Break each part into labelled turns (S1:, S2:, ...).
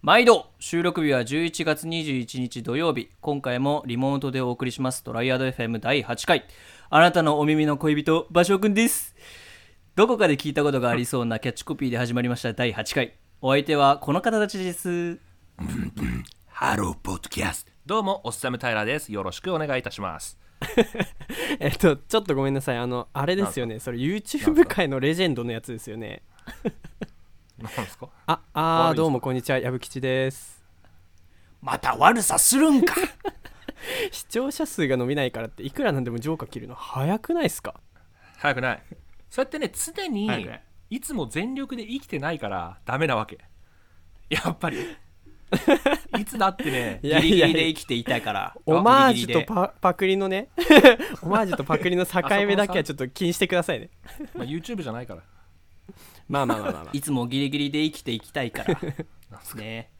S1: 毎度収録日は11月21日土曜日今回もリモートでお送りしますトライアド FM 第8回あなたのお耳の恋人馬匠くんですどこかで聞いたことがありそう なキャッチコピーで始まりました第8回お相手はこの方たちです
S2: ハローポッドキャスト。
S3: どうも、おっさむタイラーです。よろしくお願いいたします。
S4: えっと、ちょっとごめんなさい。あの、あれですよね。それ YouTube 界のレジェンドのやつですよね。
S3: なんですか
S4: あ、
S3: 悪い
S4: あー
S3: です
S4: どうもこんにちは。矢吹吉です。
S2: また悪さするんか。
S4: 視聴者数が伸びないからって、いくらなんでもジョーカー切るの早くないですか
S3: 早くない。そうやってね、常に
S2: 早くない
S3: いつも全力で生きてないからダメなわけ。やっぱり。いつだってね、
S1: ギ
S4: いや
S1: リ
S4: い
S1: ギ
S4: や
S1: リ
S4: い
S1: で
S4: や
S1: 生きていたから
S4: オマー
S1: ギ
S4: ジ
S1: リギ
S4: ュ
S1: リで
S4: とパパクリの ね、オマージュとパクリの境目だけはちょっと気にしてくださいね。
S3: まあ、YouTube じゃないから。
S4: まあまあまあまあ、ま
S1: いつもギリギリで生きていきたいから ね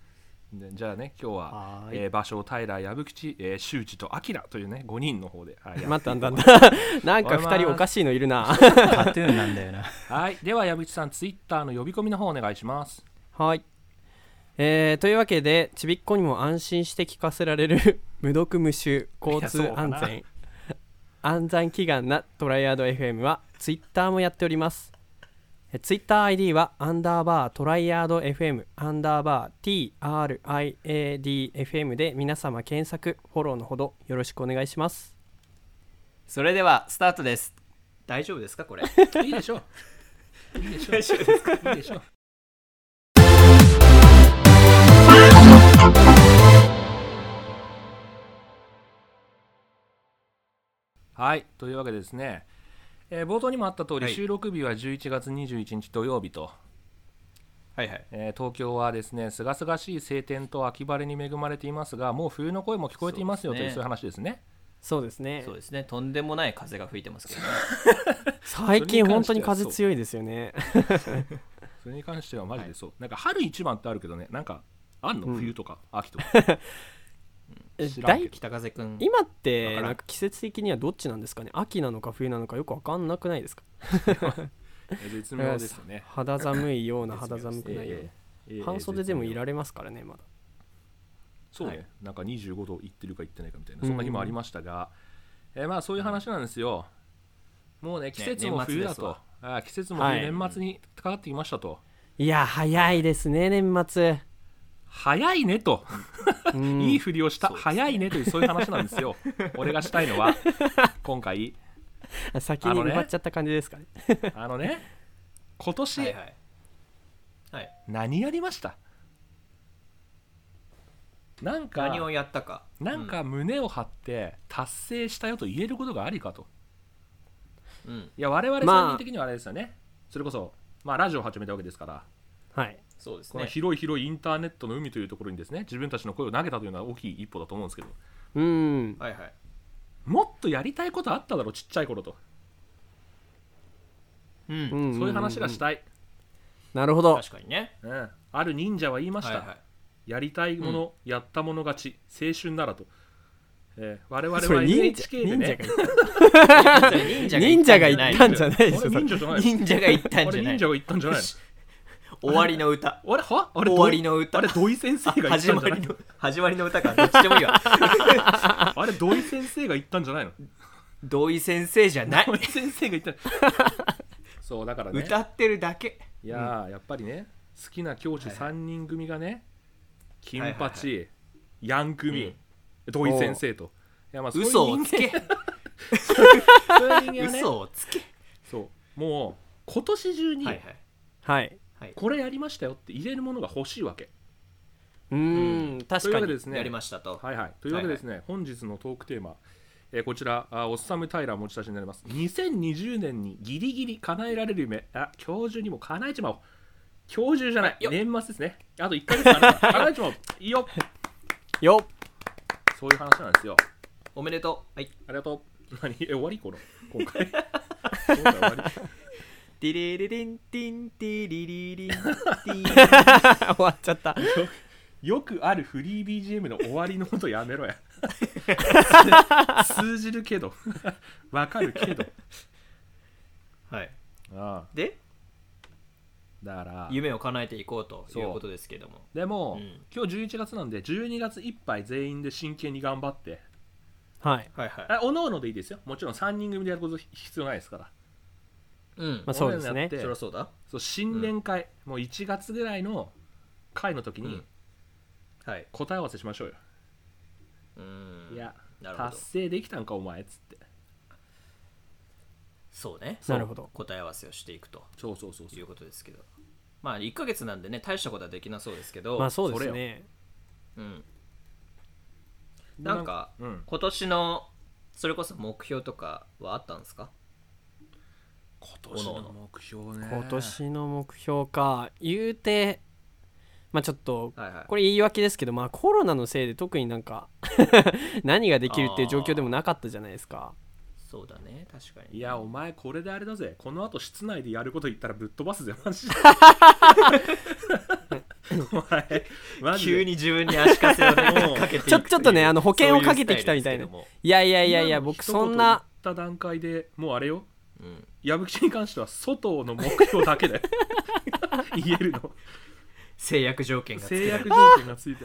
S3: でじゃあね、今日は
S1: は、ーい
S3: えー、場所、タイラー、矢吹、えー、周知とアキラというね、5人の方で。はい、
S4: あ、
S3: や
S4: ま
S3: って
S4: たんだんだ。 なんか
S3: 終わ
S4: 2
S3: りま
S4: 人
S3: す
S4: おかしいのいるな。
S1: カトゥーンなんだよな
S3: はい、では、矢吹さん、Twitter の呼び込みの方お願いします。
S4: はい、えーというわけでちびっこにも安心して聞かせられる 無毒無臭交
S3: い
S4: 通
S3: やそうか
S4: 安
S3: な
S4: 全安全祈願なトライアド FM はツイッターもやっておりますえツイッター ID はアンダーバートライアード FM アンダーバー TRIADFM で皆様検索フォローのほどよろしくお願いします
S1: それではスタートです大丈夫ですかこれ
S3: いいでしょう。いいでしょう。いいでしょう。はい、というわけでですね、えー冒頭にもあった通り、
S1: はい
S3: 収録日は11月21日土曜日と、
S1: はいはい
S3: えー東京はですね、すがすがしい晴天と秋晴れに恵まれていますが、もう冬の声も聞こえていますよという、そ
S1: そうですね
S3: う,、いう話ですね。
S4: そうですね
S1: そうですねとんでもない風が吹いてますけどね
S4: 最近
S3: それに関しては
S4: 本当に風強いですよね
S3: それに関してはマジでそう、なんか春一番ってあるけどね、なんか、あんの、冬とか秋 とか。
S4: え
S3: 知らん
S4: 大
S3: けど
S1: 北風くん
S4: 今っ
S3: わか
S4: て
S3: らん
S4: なんか季節的にはどっちなんですかね秋なのか冬なのかよく分かんなくないですか
S3: 絶妙ですよね。
S4: 肌寒いような
S3: 絶妙
S4: 肌
S3: です
S4: 寒くないよう
S3: え
S4: な
S3: えええ
S4: 半袖でもい
S3: 絶妙
S4: られますからねまだ
S3: そうね、
S1: は
S3: なんか25度いってるかいってないかみたいな、そんな日もありましたが、えーまあそういう話なんですよ。もうね、季節も
S1: 年末
S3: 冬
S1: で
S3: だ
S1: す
S3: と
S1: わ、
S3: あー季節も冬
S4: はい
S3: 年末にかかってきましたと、
S4: いや早いですね年末
S3: 早いねと、
S4: うん
S3: いいふりをした、
S1: そうですね
S3: 早いねという、そういう話なんですよ。俺がしたいのは、今回、
S4: 先
S3: あ
S4: に
S3: のね
S4: 奪っちゃった感じですかね
S3: あのね、今年、
S1: はいはいはい
S3: 何やりましたなんか
S1: 何をやったか
S3: なんか胸を張って達成したよと言えることがありかと。
S1: うん
S3: いや我々3
S4: まあ
S3: 人的にはあれですよね、それこそ、まあ、ラジオを始めたわけですから
S4: はい
S1: そうです
S3: この
S1: ね
S3: 広い広いインターネットの海というところにですね自分たちの声を投げたというのは大きい一歩だと思うんですけど
S4: うん
S1: はいはい
S3: もっとやりたいことあっただろうちっちゃい頃と
S1: う
S4: うんん
S3: そういう話が
S4: ん
S3: したい、
S4: なるほど
S1: 確かにね
S3: うんある忍者は言いまし
S1: は
S3: た、
S1: い はい
S3: やりたいもの、やったもの勝ち青春ならと、えー我々
S4: そ
S3: は
S4: れ忍者
S3: NHK で
S4: 忍者
S3: ね
S4: が
S1: 忍
S4: 忍者が言ったんじゃ
S1: ない
S4: ないで
S3: あれ
S4: しょそれ
S3: 忍者じゃない
S1: 忍者が言ったん
S3: あ
S1: じ
S3: れ
S1: ゃない
S3: 忍者が言ったんじゃない
S1: 終わりの歌
S3: のあれはあれ
S1: 終わりの歌
S3: あれ土井先生が言ったんじ
S1: 始
S3: ゃ
S1: ま
S3: ない
S1: り
S3: の
S1: の始まりの歌かどっちでもいいわ
S3: あれ土井先生が言ったんじゃないの
S1: 土井先生じゃ ない
S3: 土井先生が言った そうだからね
S1: 歌ってるだけ
S3: いやー、やっぱりね好きな教師3人組がね、金八、
S1: はいはい
S3: ヤン組、
S1: うん
S3: 土井先生といやまあそういう
S1: 嘘を
S3: 人
S1: つけ
S3: 間 そういう人間はね
S1: 嘘をつけ
S3: そうもう今年中に
S1: はいはい
S4: はい
S3: これやりましたよって言えるものが欲しいわけ
S4: うん確
S3: という
S4: か
S3: わけでで
S4: に
S3: すね
S1: やりましたと
S3: はいはいというわけでですね、本日のトークテーマえーこちらあーおっさむタイラー持ち出しになります2020年にギリギリ叶えられる夢あ今日中にも叶えちまおう今日中じゃない
S1: よっ
S3: 年末ですねあと1か月あ るから叶えちまおういいよ
S4: よっ
S3: そういう話なんですよ
S1: おめでとうはい
S3: ありがとう。何え、終わりこの今回。今回終わり。
S1: ティリリリンティンティリリリンティン
S4: 終わっちゃった
S3: よくあるフリー BGM の終わりのことやめ ろや。通じるけど、わかるけど。
S1: はい
S3: ああ
S1: で
S3: だから
S1: 夢を叶えていこうとい
S3: そう
S1: うことですけども
S3: でも、
S1: うん
S3: 今日11月なんで12月いっぱい全員で真剣に頑張って
S4: はい、
S1: はいはい
S3: あおのおのでいいですよもちろん3人組でやること必要ないですから
S1: うん
S4: まあ、そうですね
S3: で
S1: そりゃそうだ
S3: そう新年会、もう1月ぐらいの会の時
S1: う
S3: に
S1: んはい
S3: 答え合わせしましょうよ、
S1: うん
S3: いや
S1: なるほど
S3: 達成できたんかお前っつって
S1: そうね
S4: なるほど
S1: 答え合わせをしていくと
S3: そうそうそうそ
S1: いううことですけどまあ1ヶ月なんでね大したことはできなそうですけど、
S4: まあそうですね
S1: うん、なんか
S3: うん、
S1: 今年のそれこそ目標とかはあったんですか
S3: 今年の目標ね
S4: 今年の目標か言うてまあちょっと
S1: はいはい
S4: これ言い訳ですけどまあコロナのせいで特になんか 何ができるっていう状況でもなかったじゃないですか
S1: そうだね確かに
S3: いやお前これであれだぜこのあと室内でやること言ったらぶっ飛ばすぜマジでお前マジで
S1: 急に自分に足かせを、ね、かけていく
S4: ちょちょっとね
S1: ていう
S4: あの保険をかけてきたみたいな
S1: そううス
S4: いやいやいやいや僕そんな
S3: 今の一言言った段階でもうあれよ
S1: タイルですけどもうん
S3: 矢吹に関しては外の目標だけ だよ言えるの
S1: 制約条件がつけら
S3: 制
S1: れて
S3: 約条件がついて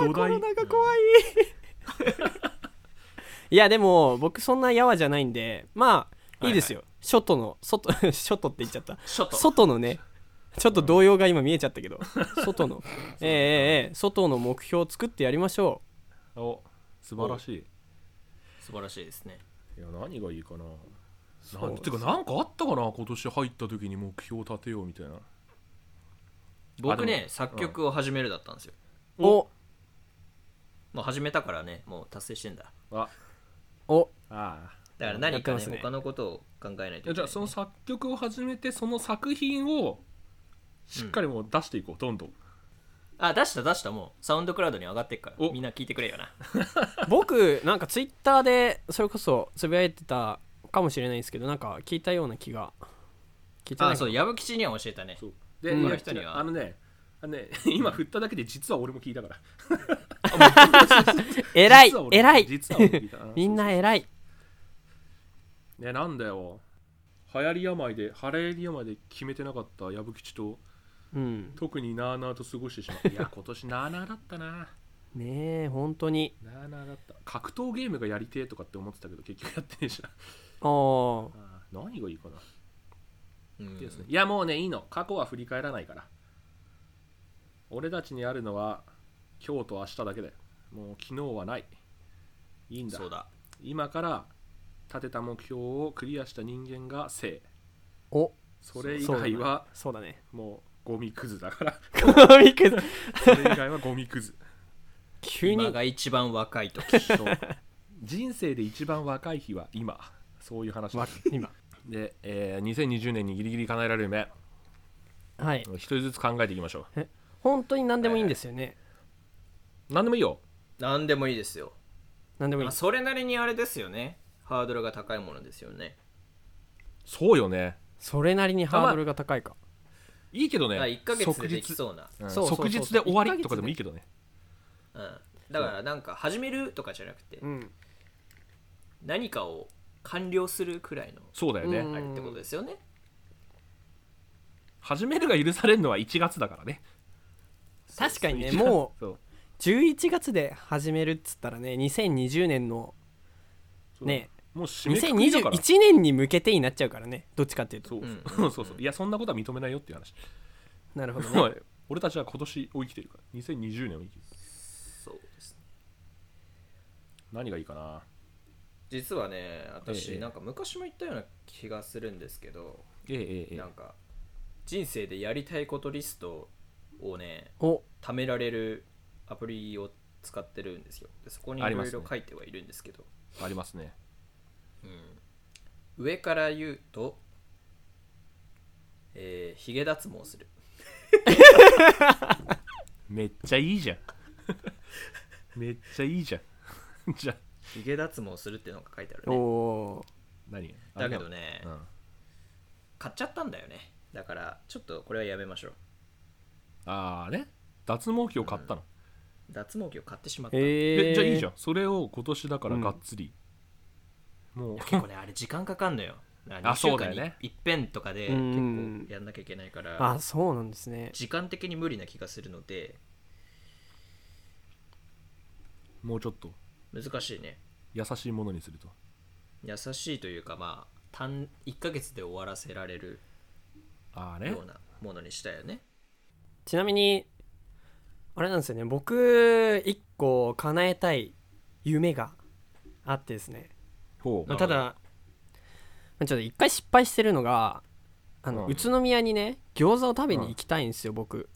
S3: 土台
S4: が 怖いいやでも僕そんなやわじゃないんでまあいいですよ、外の外 外って言っちゃった
S1: ちょっと
S4: 外のねちょっと動揺が今見えちゃったけ ど外のええええええ外の目標を作ってやりましょ
S3: お素晴らしい
S1: 素晴らしいですね
S3: いや何がいいかな
S4: う
S3: なんてかなんかあったかな今年入った時に目標立てようみたいな
S1: 僕
S3: で
S1: ね
S3: も
S1: 作曲を始めるだったんですよ、
S4: うお
S1: もう始めたからねもう達成してんだ
S3: あ
S4: お
S3: ああ
S1: だから何か
S4: やってま
S1: ね
S4: すね
S1: 他のことを考えない
S3: い
S1: といけな
S3: や
S1: いね、
S3: じゃあその作曲を始めてその作品をしっかりもう出していこう、どんどん
S1: あ出した出したもうサウンドクラウドに上がってっから
S3: お
S1: みんな聞いてくれよな
S4: 僕なんかツイッターでそれこそつぶやいてたかもしれないんですけどなんか聞いたような気が聞いてない
S1: あそう矢吹には教えたね
S3: そうで、
S1: うん
S3: いや
S1: 人には
S3: あのねあのね 今振っただけで実は俺も聞いたから
S4: 偉い
S3: 実は俺
S4: 偉い
S3: 実は俺も聞いた
S4: みんな偉い
S3: ねなんだよ流行り病で流行り病で決めてなかった矢吹吉と
S4: うん
S3: 特になあなあと過ごしてしまういや今年なあなあだったな
S4: ねえ本当に
S3: なあなあだった格闘ゲームがやりてえとかって思ってたけど結局やってねえしな
S4: ああ
S3: あー 何がいいかな、
S1: うん
S3: いいですねいやもうねいいの過去は振り返らないから俺たちにあるのは今日と明日だけだよもう昨日はないいいんだ
S1: そうだ
S3: 今から立てた目標をクリアした人間が生
S4: お
S3: それ以
S4: そうだ
S3: 外
S4: な
S3: は
S4: そうだね
S3: もうゴミくずだから
S4: びっくりした
S3: それ以外はゴミくず
S4: 急
S1: 今
S4: に
S1: が一番若い 時
S3: そう人生で一番若い日は今そういう話
S4: わ
S3: です
S4: 今
S3: で、えー2020年にギリギリ叶えられる夢
S4: はい
S3: 一人ずつ考えていきましょ
S4: 本当に何でもいいんですよね
S3: う何でもいいよ
S1: 何でもいいですよ、
S4: 何でもいい
S1: まあ、それなりにあれですよねハードルが高いものですよね
S3: そうよね
S4: それなりにハードルが高いか
S3: いいけどね
S1: だから1ヶ月
S3: 即
S1: ででき
S3: 日
S1: そうな、
S3: うん
S4: そうそうそう
S3: 即日で終わりとかでもいいけどね
S1: うん、だからなんか始めるとかじゃなくて
S4: うん
S1: 何かを完了するくらいの
S3: そうだよね、
S4: うん
S1: あれってことですよね
S3: 始めるが許されるのは1月だからね
S4: 確かにね
S3: 1月
S4: も う
S3: そう
S4: 11月で始めるっつったらね2020年の
S3: そう
S4: ね
S3: もう締めくくりだから
S4: 2021年に向けてになっちゃうからねどっちかっていうと
S3: そう
S1: うん
S3: そうそうそういやそんなことは認めないよっていう話
S4: なるほど
S3: お
S4: ね
S3: い俺たちは今年を生きてるから2020年を生きてる
S1: そうですね
S3: 何がいいかな
S1: 実はね私
S3: ええ
S1: なんか昔も言ったような気がするんですけど、
S3: ええええ
S1: なんか人生でやりたいことリストをね
S4: お
S1: 貯められるアプリを使ってるんですよでそこにい
S3: ありま
S1: ろい
S3: すね
S1: ろ書いてはいるんですけど
S3: ありますね
S1: うん、上から言うと、えー、ヒゲ脱毛する
S3: めっちゃいいじゃんめっちゃいいじゃん じゃあ
S1: ヒゲ脱毛するっていうのが書いてあるね
S4: お
S3: 何
S1: だけどね、
S3: あれなのうん
S1: 買っちゃったんだよねだからちょっとこれはやめましょう
S3: ああね脱毛器を買ったの、
S1: 脱毛器を買ってしまった、
S4: え
S3: え
S4: ー
S3: じゃあいいじゃんそれを今年だからがっつり、もう
S1: 結構ねあれ時間かかんのよ
S3: あ
S1: 2週
S3: そうだ
S1: 間
S3: よね
S1: に一遍とかで
S4: う
S1: 結
S4: ん
S1: 構やんなきゃいけないから
S4: あそうなんですね
S1: 時間的に無理な気がするので
S3: もうちょっと
S1: 難しいね
S3: 優しいものにすると
S1: 優しいというかまあ単1ヶ月で終わらせられる
S3: ああね
S1: ようなものにしたいよね
S4: ちなみにあれなんですよね僕一個叶えたい夢があってですね
S3: ほう
S4: まあただまあちょっと一回失敗してるのがあの、
S3: うん
S4: 宇都宮にね餃子を食べに行きたいんですよ、僕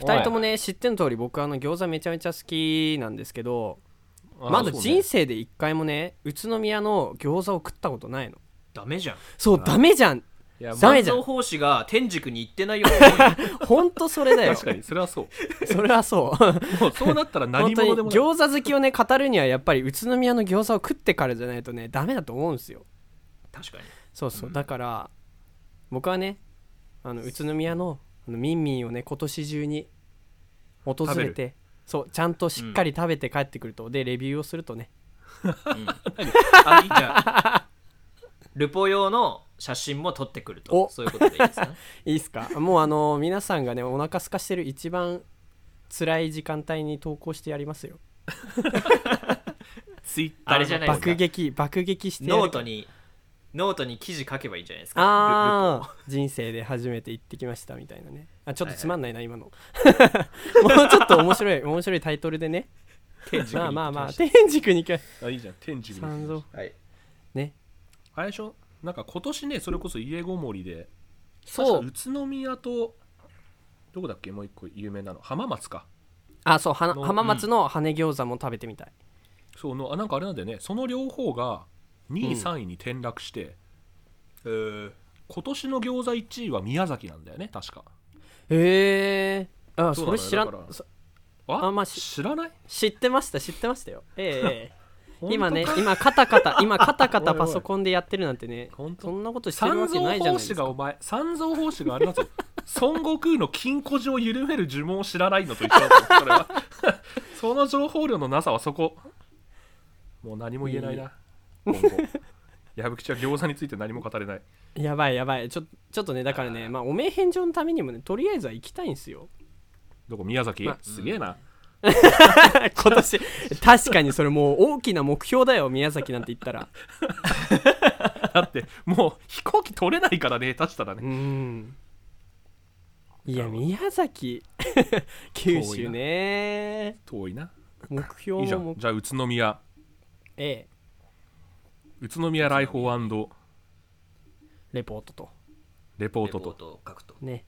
S4: 2人ともね知っての通り僕あの餃子めちゃめちゃ好きなんですけどまだ人生で一回もね宇都宮の餃子を食ったことないの
S1: ダメじゃん
S4: そうダメじゃん
S3: いやま
S4: ダ
S3: あ
S4: メじゃん
S1: 松尾法師が天竺に行ってないようなもんよ
S4: ほんとそれだよ
S3: 確かにそれはそう
S4: それはそう
S3: もうそうなったら 何
S4: 本当に
S3: 者でもない
S4: 餃子好きをね語るにはやっぱり宇都宮の餃子を食ってからじゃないとねダメだと思うんですよ
S1: 確かに
S4: そうそう、だから僕はねあの宇都宮のあのミンミンをね今年中に訪
S3: 食べ
S4: れて
S3: る
S4: そうちゃんとしっかり食べて帰ってくると、でレビューをするとね
S1: あいいじゃんルポ用の写真も撮ってくると
S4: お
S1: そういうことでいい ですね
S4: いいっすかもうあの皆さんがねお腹すかしてる一番辛い時間帯に投稿してやりますよ
S3: ツイッター
S1: あれじゃないですか
S4: 爆撃爆撃してやる
S1: ノートにノートに記事書けばいいんじゃないですか
S4: ああ人生で初めて行ってきましたみたいなねあちょっとつまんないな、 今のもうちょっと面白い面白いタイトルでね
S1: 天竺に
S4: まあまあまあ
S1: 行って
S4: 天竺に行け
S3: あいいじゃん天竺
S4: 三蔵
S1: ましたはい
S4: ね
S3: あれでしょなんか今年ねそれこそ家ごもりで
S4: そう
S3: 確か宇都宮とどこだっけもう一個有名なの浜松か
S4: あそうは
S3: の
S4: 浜松の羽根餃子も食べてみたい、
S3: そうのあなんかあれなんだよねその両方が2位3位に転落して、
S1: えー
S3: 今年の餃子1位は宮崎なんだよね確か
S4: へえあ
S3: そう
S4: そ
S3: なのよ
S4: れ知ら
S3: だか
S4: ん
S3: ら
S4: そ
S3: あ
S4: あまあし
S3: 知らない
S4: 知ってました知ってましたよええええ今ね
S3: 本当か
S4: 今カタ カタ今カタカ
S3: おい
S4: タ
S3: おい
S4: パソコンでやってるなんてね
S3: 本当
S4: そんなことしてる
S3: 三
S4: わけな
S3: 蔵
S4: いじゃない
S3: 法
S4: です
S3: 師
S4: か
S3: がお前三蔵法師があれだぞ 孫悟空の金庫上を緩める呪文を知らないのと一緒だぞそれは その情報量のなさはそこもう何も言えないな今後矢吹ちは餃子について何も語れない
S4: やばいやばいちょちょっとねだからねまあお名返上のためにもねとりあえずは行きたいんで すよ
S3: どこ宮崎、
S4: まあ
S3: すげえな、
S4: 今年確かにそれもう大きな目標だよ宮崎なんて言っ たら
S3: だってもう飛行機取れないからね下手したら
S4: う
S3: ね
S4: んいや宮 崎九州ね
S3: 遠いな
S4: 目標
S3: いいじゃ
S4: も
S3: ん
S4: 目
S3: じゃあ宇都宮
S4: ええ
S3: 宇都宮来訪
S4: レポートと
S3: レポー
S1: レポ
S3: ト
S1: ー
S3: と
S1: トを書くと
S4: ね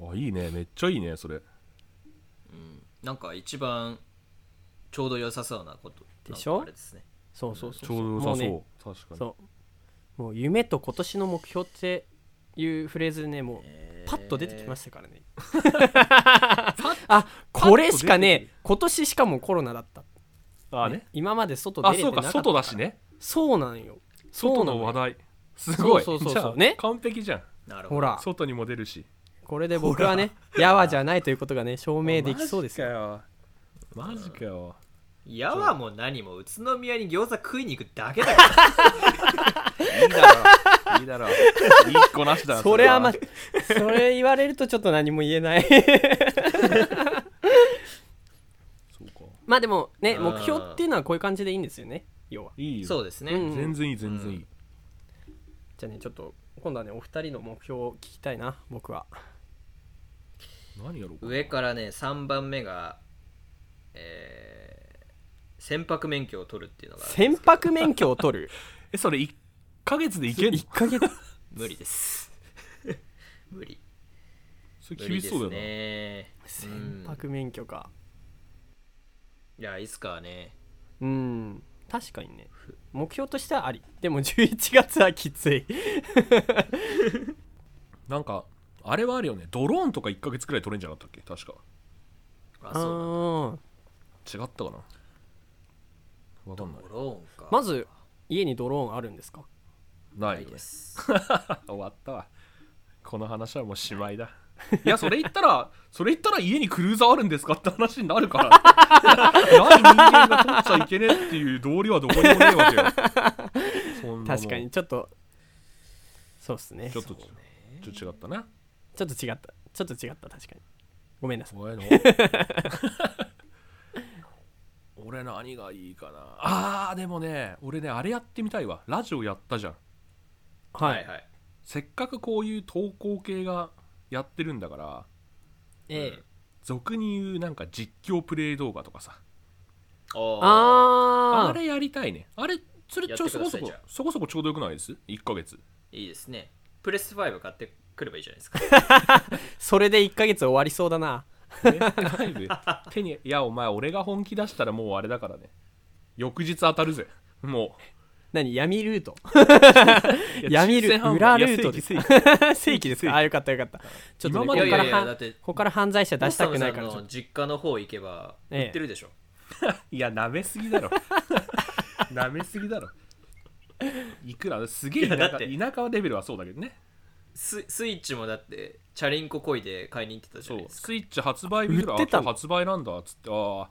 S3: あいいねめっちゃいいねそれ
S1: なんか一番ちょうど良さそうなこと
S4: でし
S1: な
S4: ょ
S1: んかあれですね
S4: そうそうそう
S3: ちょうど良さそう
S4: もね
S3: 確かに
S4: そうもう夢と今年の目標っていうフレーズでねもうパッと出てきましたからね あこれしか
S3: パッと出て
S4: ね今年しかもコロナだった
S3: あね
S4: 今まで外出
S3: あ
S4: れて
S3: そう
S4: なかっ
S3: か
S4: た
S3: 外だしね
S4: そうなんよそ
S3: 外
S4: うな
S3: の
S4: の
S3: 話
S4: よ
S3: 題すごい
S4: そうそうそうそ
S3: じゃ
S4: う
S3: あ
S4: ね
S3: 完璧じゃん
S1: なるほど
S4: ほら
S3: 外にも出るし
S4: これで僕はねやわじゃないということがね証明できそうですよ
S3: よマジかよ
S1: やわも何も宇都宮に餃子食いに行くだけだから
S3: いいだろいいだろ いい子なしだ
S4: それはま
S3: マジ
S4: それ言われるとちょっと何も言えない
S3: そ うか
S4: まあでもね
S1: うん
S4: 目標っていうのはこういう感じでいいんですよね要はい
S3: いよ
S1: そうですね、
S4: うん
S3: 全然いい全然いい
S4: じゃあねちょっと今度はねお二人の目標を聞きたいな僕は
S3: 何やろうか
S1: 上からね3番目がえー船舶免許を取るっていうのがあるんです
S4: 船舶免許を取る
S3: えそれ1ヶ月でいけんの
S4: 1ヶ月
S1: 無理です 無理
S3: それ
S1: 無理
S3: 厳
S1: で
S3: しそう
S1: す
S3: だよな
S1: ね
S4: 船舶免許か
S1: いやいつかはね
S4: うん確かにね目標としてはありでも11月はきつい
S3: なんかあれはあるよねドローンとか1ヶ月くらい取れんじゃなかったっけ確か
S1: あ
S4: あ
S1: そう
S4: ー
S3: 違ったかなわかんない
S1: ドローンか
S4: まず家にドローンあるんですか
S3: な
S1: ないい
S3: よね
S1: です
S3: 終わったわこの話はもうしまいだ いやそれ言ったらそれ言ったら家にクルーザーあるんですかって話になるから 何人間が取っちゃいけねえっていう道理はどこにもねえわけよそんなもん
S4: 確かにちょっとそうっすね
S3: ちょっ
S4: そ
S3: と
S4: う
S3: ちょっと違ったな
S4: ちょっと違ったちょっと違った確かにごめんなさい
S3: 俺の 俺何がいいかなあーでもね俺ねあれやってみたいわラジオやったじゃん
S4: はい、
S1: はいはい
S3: せっかくこういう投稿系がやってるんだから
S4: ええ
S3: 俗に言うなんか実況プレイ動画とかさ
S1: ああ
S4: あ
S3: あ
S4: あ
S3: れやりたいねあれそれ
S1: やっ
S3: ちょ
S1: てく
S3: そ
S1: だ
S3: こ
S1: さ
S3: そ
S1: い
S3: こ
S1: じゃあ
S3: そこそこちょうどよくないです1ヶ 月
S1: いいですねプレス5買ってくればいいじゃないですか
S4: それで1ヶ月終わりそうだな
S3: ねライブ手にいやお前俺が本気出したらもうあれだからね翌日当たるぜも
S4: 何闇ルート
S3: ういや
S4: 闇ル
S3: 抽選販売
S4: 裏ル
S3: いや
S4: ート
S3: 正規
S4: です
S3: 正規
S4: か正規ですかああよかったよかったちょっとね
S3: 今ま
S4: こ
S3: で
S4: こから
S1: いやいやいやだ
S4: は
S1: っ
S4: こ
S1: て
S4: こから犯罪者出したくないから
S1: モッサム
S4: ちょ
S1: さん
S4: っ
S1: の実家の方行けば
S4: ええ
S1: 売ってるでしょ、
S3: いや、舐めすぎだろ。舐めすぎだろ。いくらすげえ
S1: いや
S3: 田
S1: だ
S3: 舎
S1: って
S3: 田舎はレベルはそうだけどね。
S1: ススイッチもだってチャリンコこいで買いに行ってたじゃ
S3: そ、
S1: ないうですか
S3: スイッチ発売日ぐらい
S4: 売ってた
S3: あ今日発売なんだっつって、ああ、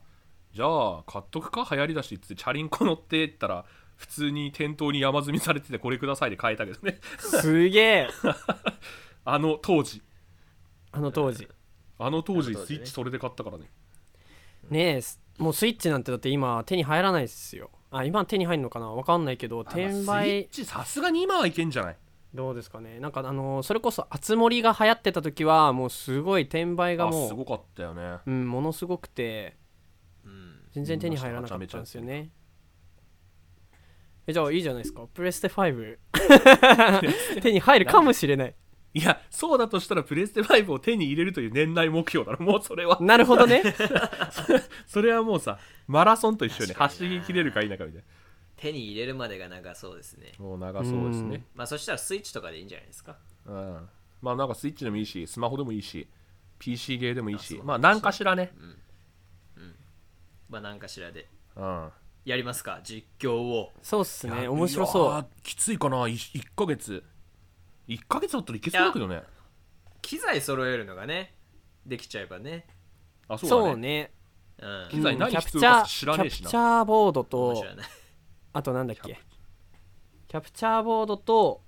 S3: じゃあ買っとくか、流行りだしっつって、チャリンコ乗ってったら、普通に店頭に山積みされてて、これくださいで買えたけどね。
S4: とすげえ
S3: あの当時、
S4: あの当時
S3: あの当
S1: あの当
S3: 時、
S1: 時ね
S3: スイッチそれで買ったからね。
S4: ねえすもうスイッチなんてだって今手に入らないですよあ今手に入るのかなわかんないけど転
S3: まあスイッ
S4: 売
S3: チ、さすがに今はいけんじゃない
S4: どうですかねなんかあのそれこそ「あつ森」が流行ってた時はもうすごい転売が
S3: あ、す
S4: も
S3: ごかったよね。
S4: う、うん、ものすごくて
S1: うん
S4: 全然手に入らなかったんですよねえじゃあいいじゃないですかプレステ 5手に入るかもしれない
S3: いや、そうだとしたら、プレステ5を手に入れるという年内目標だろ、もうそれは。
S4: なるほ どね
S3: それはもうさマラソンと一緒に
S1: 確か
S3: 走
S1: にな
S3: り切れるか否かみたい
S1: 手に入れるまでが長そうですね
S3: なもう長そうですね
S1: まあそしたらスイッチとかでいいんじゃないですか
S3: うん、まあなんかスイッチでもいいしスマホでもいいし PC ゲーでもいい
S1: あそう
S3: し
S1: だ
S3: まあ何かしらね
S1: まあ何かしらで
S3: うん
S1: やりますか実況を
S4: そうっすね面白そ
S3: いうやーきついかな 1, ヶ月1ヶ月だったらいけそうだけどね
S1: 機材揃えるのがねできちゃえばね
S3: あそう
S4: そう
S3: だね
S4: ね
S1: うん
S3: 機材
S4: うん
S3: 何
S4: キャ
S3: 必
S4: プ
S3: 要
S4: チ
S3: か
S4: ャー
S3: 知
S4: キ
S3: らねえ
S4: ャプ
S3: し
S4: チ
S3: な
S4: ャーボード
S1: 面
S4: と
S1: 白いな
S4: あとなんだっけキャプチャーボードと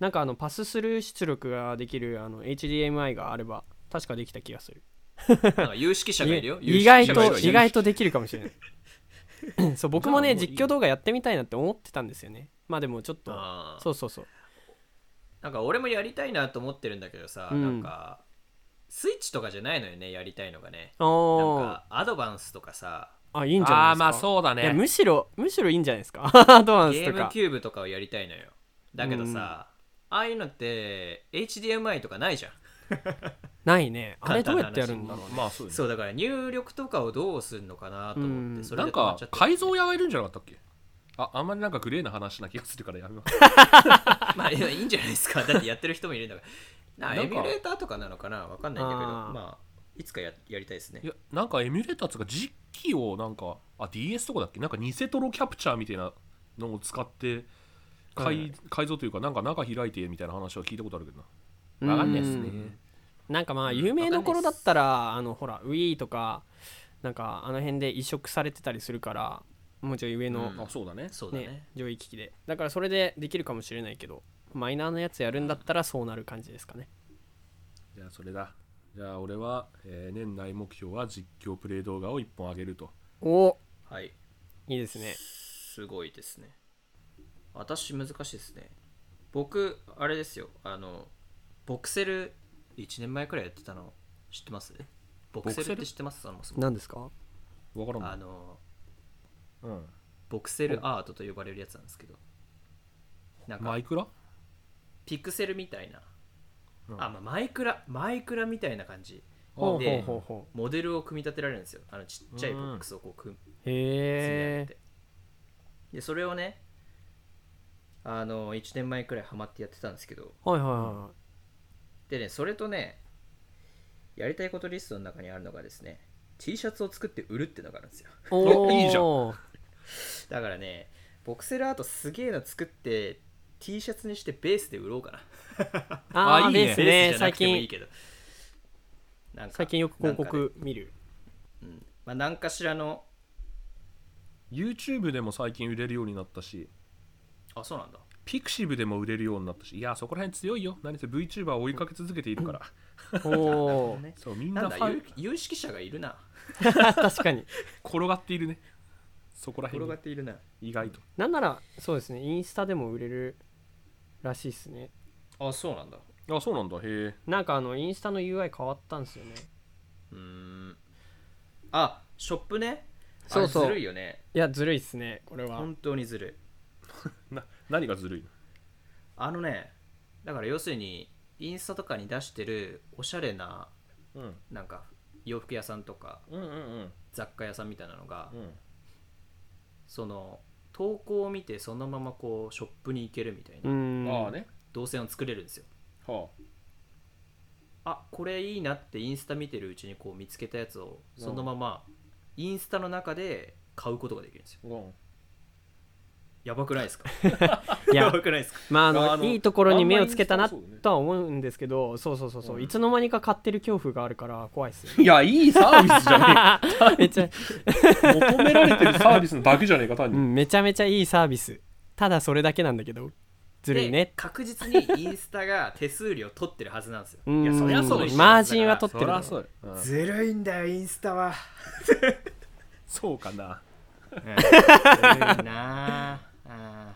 S4: なんかあのパススルー出力ができるあの HDMI があれば確かできた気がする
S1: なんか有識者がいるよ
S4: 意外
S1: 有識者がいる
S4: と
S1: よ
S4: 意外とできるかもしれない そう僕もね
S3: じゃあもういい
S4: 実況動画やってみたいなって思ってたんですよねまあでもちょっと
S1: あー
S4: そうそうそう
S1: なんか俺もやりたいなと思ってるんだけどさ、
S4: うん
S1: なんかスイッチとかじゃないのよねやりたいのがねなんか
S4: あ
S1: アドバンスとかさ
S4: ーあいいんじゃないですか
S3: うだ
S4: いやむしろむしろいいんじゃないですか アドバン
S1: ゲ
S4: スと
S1: ーム
S4: か
S1: キューブとかをやりたいのよだけどさ、ああいうのって HDMI とかないじゃん
S4: ないねあれどうやってやる
S1: 簡単な
S4: んだ
S1: 話
S4: ろう
S3: まあそうです
S1: そうだから入力とかをどうするのかなと思っ
S4: うん
S1: てそれ
S3: な
S1: で
S3: ん
S1: 止ま
S3: か
S1: っちゃってる
S3: 改造やめるんじゃなかったっけああんまりなんかグレーな話な気がするからやめます
S1: まあいやいいんじゃない ですかだってやってる人もいるんだからな
S3: なん
S1: エ
S3: か
S1: ミュレーターとかなのかなわかんないんだけど
S4: あー
S1: まあいつかややりたいですね
S3: いやなんかエミュレーターとか実機をなんかあ DS とかだっけなんか偽トロキャプチャーみたいなのを使って
S4: は
S3: 改,、
S4: いはい
S3: 改造というかなんか中開いてみたいな話は聞いたことあるけど
S4: うん
S3: なわかんないですね
S4: なんかまあ有名どころだったらあのほら Wii とかなんかあの辺で移植されてたりするからもうちょい上の、
S3: あそうだね
S1: そうだね
S4: ね上位機器でだからそれでできるかもしれないけどマイナーのやつやるんだったらそうなる感じですかね
S3: じゃあそれだじゃあ俺は、えー年内目標は実況プレイ動画を1本上げると
S4: お
S1: はい
S4: いいですね
S1: すごいですね私難しいですね僕あれですよあのボクセル1年前くらいやってたの知ってますボクセルって知ってますそもそも
S4: 何ですか
S3: わからん
S1: あ
S3: ない
S1: の
S3: うん
S1: ボクセルアートと呼ばれるやつなんですけどなん
S3: マ
S1: か
S3: イクラ
S1: ピクセルみたいな、
S3: うん
S1: あ、まあ、マイクラマイクラみたいな感じ
S4: ほうほう
S1: で
S4: ほうほ
S1: モデルを組み立てられるんですよあのちっちゃいボックスをこう組む
S4: うへ
S1: 積んであってでそれをねあの1年前くらいハマってやってたんですけど
S4: えはいはいは
S1: でねそれとねやりたいことリストの中にあるのがですね T シャツを作って売るってのがあるんですよ
S4: いお
S3: おいいじゃん
S4: ん
S1: だからねボクセルアートすげえの作って T シャツにしてベースで売ろうかな
S4: あ
S3: あいい
S4: あい
S3: ね
S4: いです
S1: ベー
S4: ね
S1: スじゃな
S4: 最
S1: くてもい
S4: 近
S1: いけどなんか
S4: 最近よく広
S1: なんかね
S4: 告見る
S1: まあ、何かしらの
S3: YouTube でも最近売れるようになったし
S1: あそうなんだ
S3: ピクシブでも売れるようになったしいやそこら辺強いよ何せ VTuber を追いかけ続けているから
S4: おー
S1: ね
S3: そうみん
S1: な
S3: なんフ
S1: だ
S3: ァン
S1: 有有識者がいるな
S4: 確かに
S3: 転がっているねそこら
S1: 転
S3: 辺
S1: が
S3: に
S1: っているな
S3: 意外と
S4: なんならそうですねインスタでも売れるらしいですね
S1: あそうなんだ
S3: あそうなんだへえ
S4: なんかあのインスタの UI 変わったんですよね
S1: うーんあショップねあ
S4: そ
S1: れ
S4: うそう
S1: ずるいよね
S4: いやずるいっすねこれは
S1: 本当にずるい
S3: な何がずるいの
S1: あのねだから要するにインスタとかに出してるおしゃれな
S3: うん
S1: なんか洋服屋さんとか
S3: うんうんうん
S1: 雑貨屋さんみたいなのが、
S3: うん
S1: その投稿を見てそのままこうショップに行けるみたいうな
S4: ーん
S3: ああね
S1: 動線を作れるんですよ
S3: は
S1: あこれいいなってインスタ見てるうちにこう見つけたやつをそのままインスタの中で買うことができるんですよ
S3: あうん
S1: やばくないですか
S4: いや
S1: やばくないですか
S4: まああの
S3: あの
S4: いいところに目をつけた
S3: あ
S4: なん
S3: まりインスタもそうだね
S4: とは思うんですけどそうそうそうそう、いつの間にか買ってる恐怖があるから怖いっ すよ
S3: いやいいサービスじゃ
S4: めっち ゃ、
S3: ねえ求められてるサービスのだけじゃねえか単
S4: う
S3: に
S4: ん、めちゃめちゃいいサービスただそれだけなんだけどずるいね
S1: で確実にインスタが手数料取ってるはずなんですよ
S4: うーん
S3: いやそりゃそうでしょ
S4: マージンは取っ
S3: そ
S4: てる
S3: り
S4: だろ
S3: ゃそうようん
S1: ずるいんだよインスタは
S3: そうかな
S1: ずるいなああ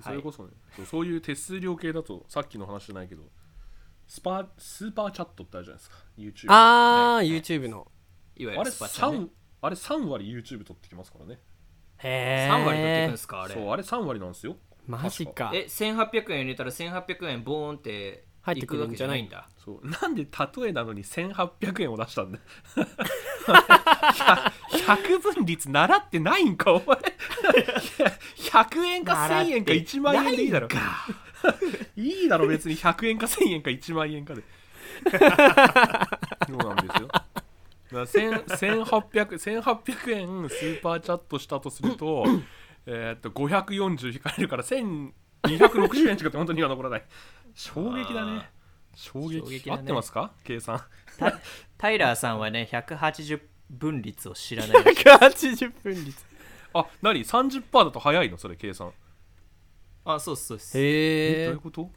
S3: それこそね、そうそういう手数料系だとさっきの話じゃないけどスパスーパーチャットってあるじゃないですか YouTube あ
S4: ああ、YouTube の
S1: ーいわゆ
S3: れ
S1: るスパチャ、ね、
S3: 3あれ3割 YouTube 取ってきますからね
S4: へえ
S1: 3割取っていくんですかあれ
S3: そうあれ3割なんですよ
S4: マジか
S1: え1800円入れたら1800円ボーンって
S4: 入って
S1: い
S4: く
S1: く
S4: る
S1: わ
S4: ん
S1: け
S4: じ
S1: じ
S4: ゃ
S1: ゃ
S4: な
S1: ないい
S4: ん
S1: んだ
S3: そうなんで例えなのに1800円を出したんだ100分率習ってないんかお前100円か1000円か1万円でいいだろ いいだろ別に100円か1000円か1万円かでそうなんですよだから1000 1800, 1800円スーパーチャットしたとする とえーっと540引かれるから1260円しか手元には残らない衝撃だね衝撃
S1: 衝撃
S3: 合
S1: だね
S3: ってますか計算
S1: タイラーさんはね180分率を知らない
S4: 180分率
S3: あ何30%だと早いのそれ計算
S1: あそうそうそう
S3: どうい
S4: へえ
S3: うこと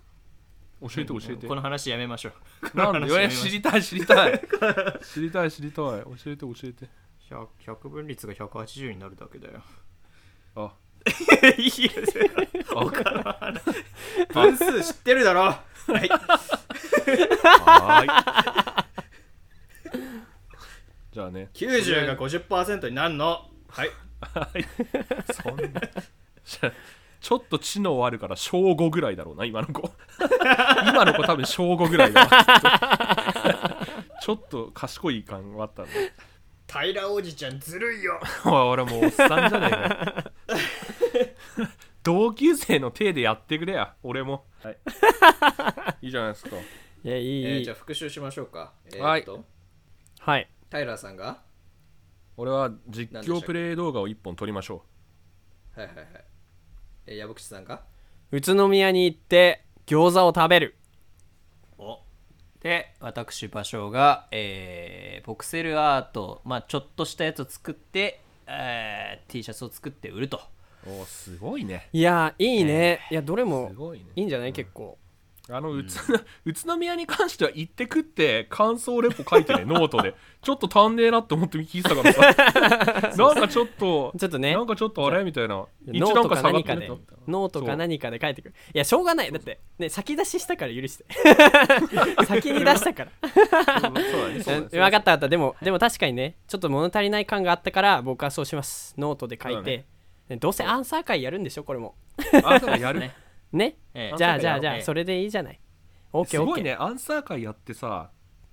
S3: 教えて教えて
S1: この話やめましょう
S3: なんで
S1: この話
S3: い
S1: やめ
S3: や
S1: ましょう
S3: 知りたい知りたい知りたい知りたい教えて教えて
S1: 100, 100分率が180になるだけだよ
S3: あ
S1: いいですよ分数知ってるだろはい
S3: はー いじゃあね
S1: 90が50%になるのはい
S3: そんな じゃあちょっと知能あるから小5ぐらいだろうな今の子 今の子多分小5ぐらいだわちょっと賢い感があったんで
S1: 平おじちゃんずるいよ
S3: おい 俺もうおっさんじゃねえかよ 同級生の体でやってくれや俺も、 はい、いいじゃないですか
S4: いやいい、いい
S1: じゃあ復習しましょうかえ
S3: はい
S1: ーっと
S4: はい
S1: タイラーさんが
S3: 俺は実況プレイ動画を1本撮りましょ
S1: はいはいはいえー矢吹さんが
S4: 宇都宮に行って餃子を食べる
S1: お
S5: で私場所が、えー、ボクセルアート、まあ、ちょっとしたやつを作って、えー、T シャツを作って売ると
S3: うおーすごいね
S4: いやーいいね、いやどれも
S3: すごいね
S4: いいんじゃない結構
S3: あの宇都,、 宇都宮に関しては行ってくって感想レポ書い てねノートでちょっと足んねえなって思って聞いてたから さなんかちょっと
S4: ちょっとね
S3: なんかちょっとあれみたいな一
S4: ノー
S3: 段
S4: ト
S3: 階
S4: か
S3: 下がっ
S4: 何
S3: て
S4: か
S3: ねえ
S4: で
S3: と
S4: ノートか何かで書いてくるいやしょうがないだってね先出ししたから許 して先に出したから
S3: そうだねそうだね
S4: 分かった分かったでも、でも確かにねちょっと物足りない感があったから僕はそうしますノートで書い
S3: そうだ
S4: て、
S3: ね
S4: ねどうせアンサー会やるんでしょこれも
S3: あそうだ やる
S1: ね
S4: ね、
S1: ええ
S4: じゃあ
S1: アン
S4: じ
S1: サー会や
S4: ゃあ
S1: ろう
S4: じゃあ
S1: ええ
S4: それでいいじゃないオッケ
S3: す
S4: ーオ
S3: ご
S4: ッ
S3: い
S4: ケー
S3: ねアンサー会やってさ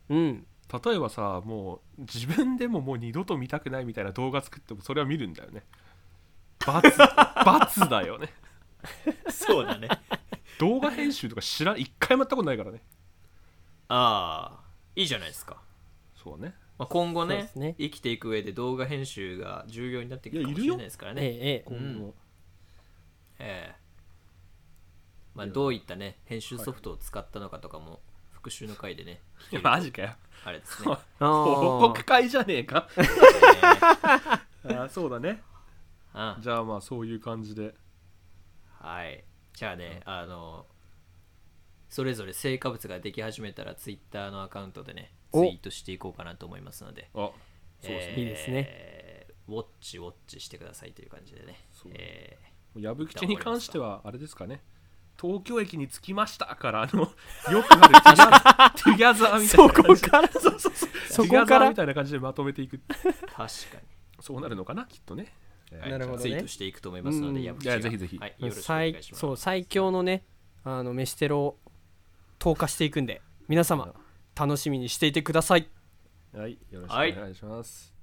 S4: うん
S3: 例えばさもう自分でももう二度と見たくないみたいな動画作ってもそれは見るんだよね罰 罰だよね
S1: そうだね
S3: 動画編集とか知らん一回もやったことないからね
S1: ああいいじゃないですか、
S3: そうね
S1: まあ、今後
S4: そうで
S1: ね
S4: すね
S1: 生きていく上で動画編集が重要になってくるかもし
S3: いやいるよ
S1: れないですから
S4: ええ
S1: ね
S4: ええ
S3: 今後
S1: ええまあ、どういったね編集ソフトを使ったのかとかも復習の回でね
S3: いやマジかよ
S1: あれですね
S4: あー
S3: 報告会じゃねえ かあーそうだね
S1: うん
S3: じゃあまあそういう感じで
S1: はいじゃあね、あのそれぞれ成果物ができ始めたらツイッターのアカウントでねツイ
S4: お
S1: ートしていこうかなと思いますので
S3: あそうですね、
S4: いいですね
S1: えーウォッチウォッチしてくださいという感じでね
S3: そう
S1: え
S3: 矢吹吉に関してはあれですかね東京駅に着きましたから あのよくあるティギャザーティギャザーみたい
S4: そ
S3: な
S4: こ
S3: 感じで
S4: から
S3: そうそうそう
S4: そこ
S3: ティギャザ
S4: か
S3: ー
S4: ら
S3: みたいな感じでまとめていく
S1: ー確か
S3: そうなるのかなきっとね、えー
S1: に、はい
S4: なるほどね
S1: ツイートしていくと思いますので、
S4: うん
S1: やぶ
S3: いやぜひぜひ
S1: はい、よろしくお願い
S4: 最
S1: します
S4: そう最強のねあの飯テロを投下していくんで皆様楽しみにしていてください
S3: はいよろしくお願いします、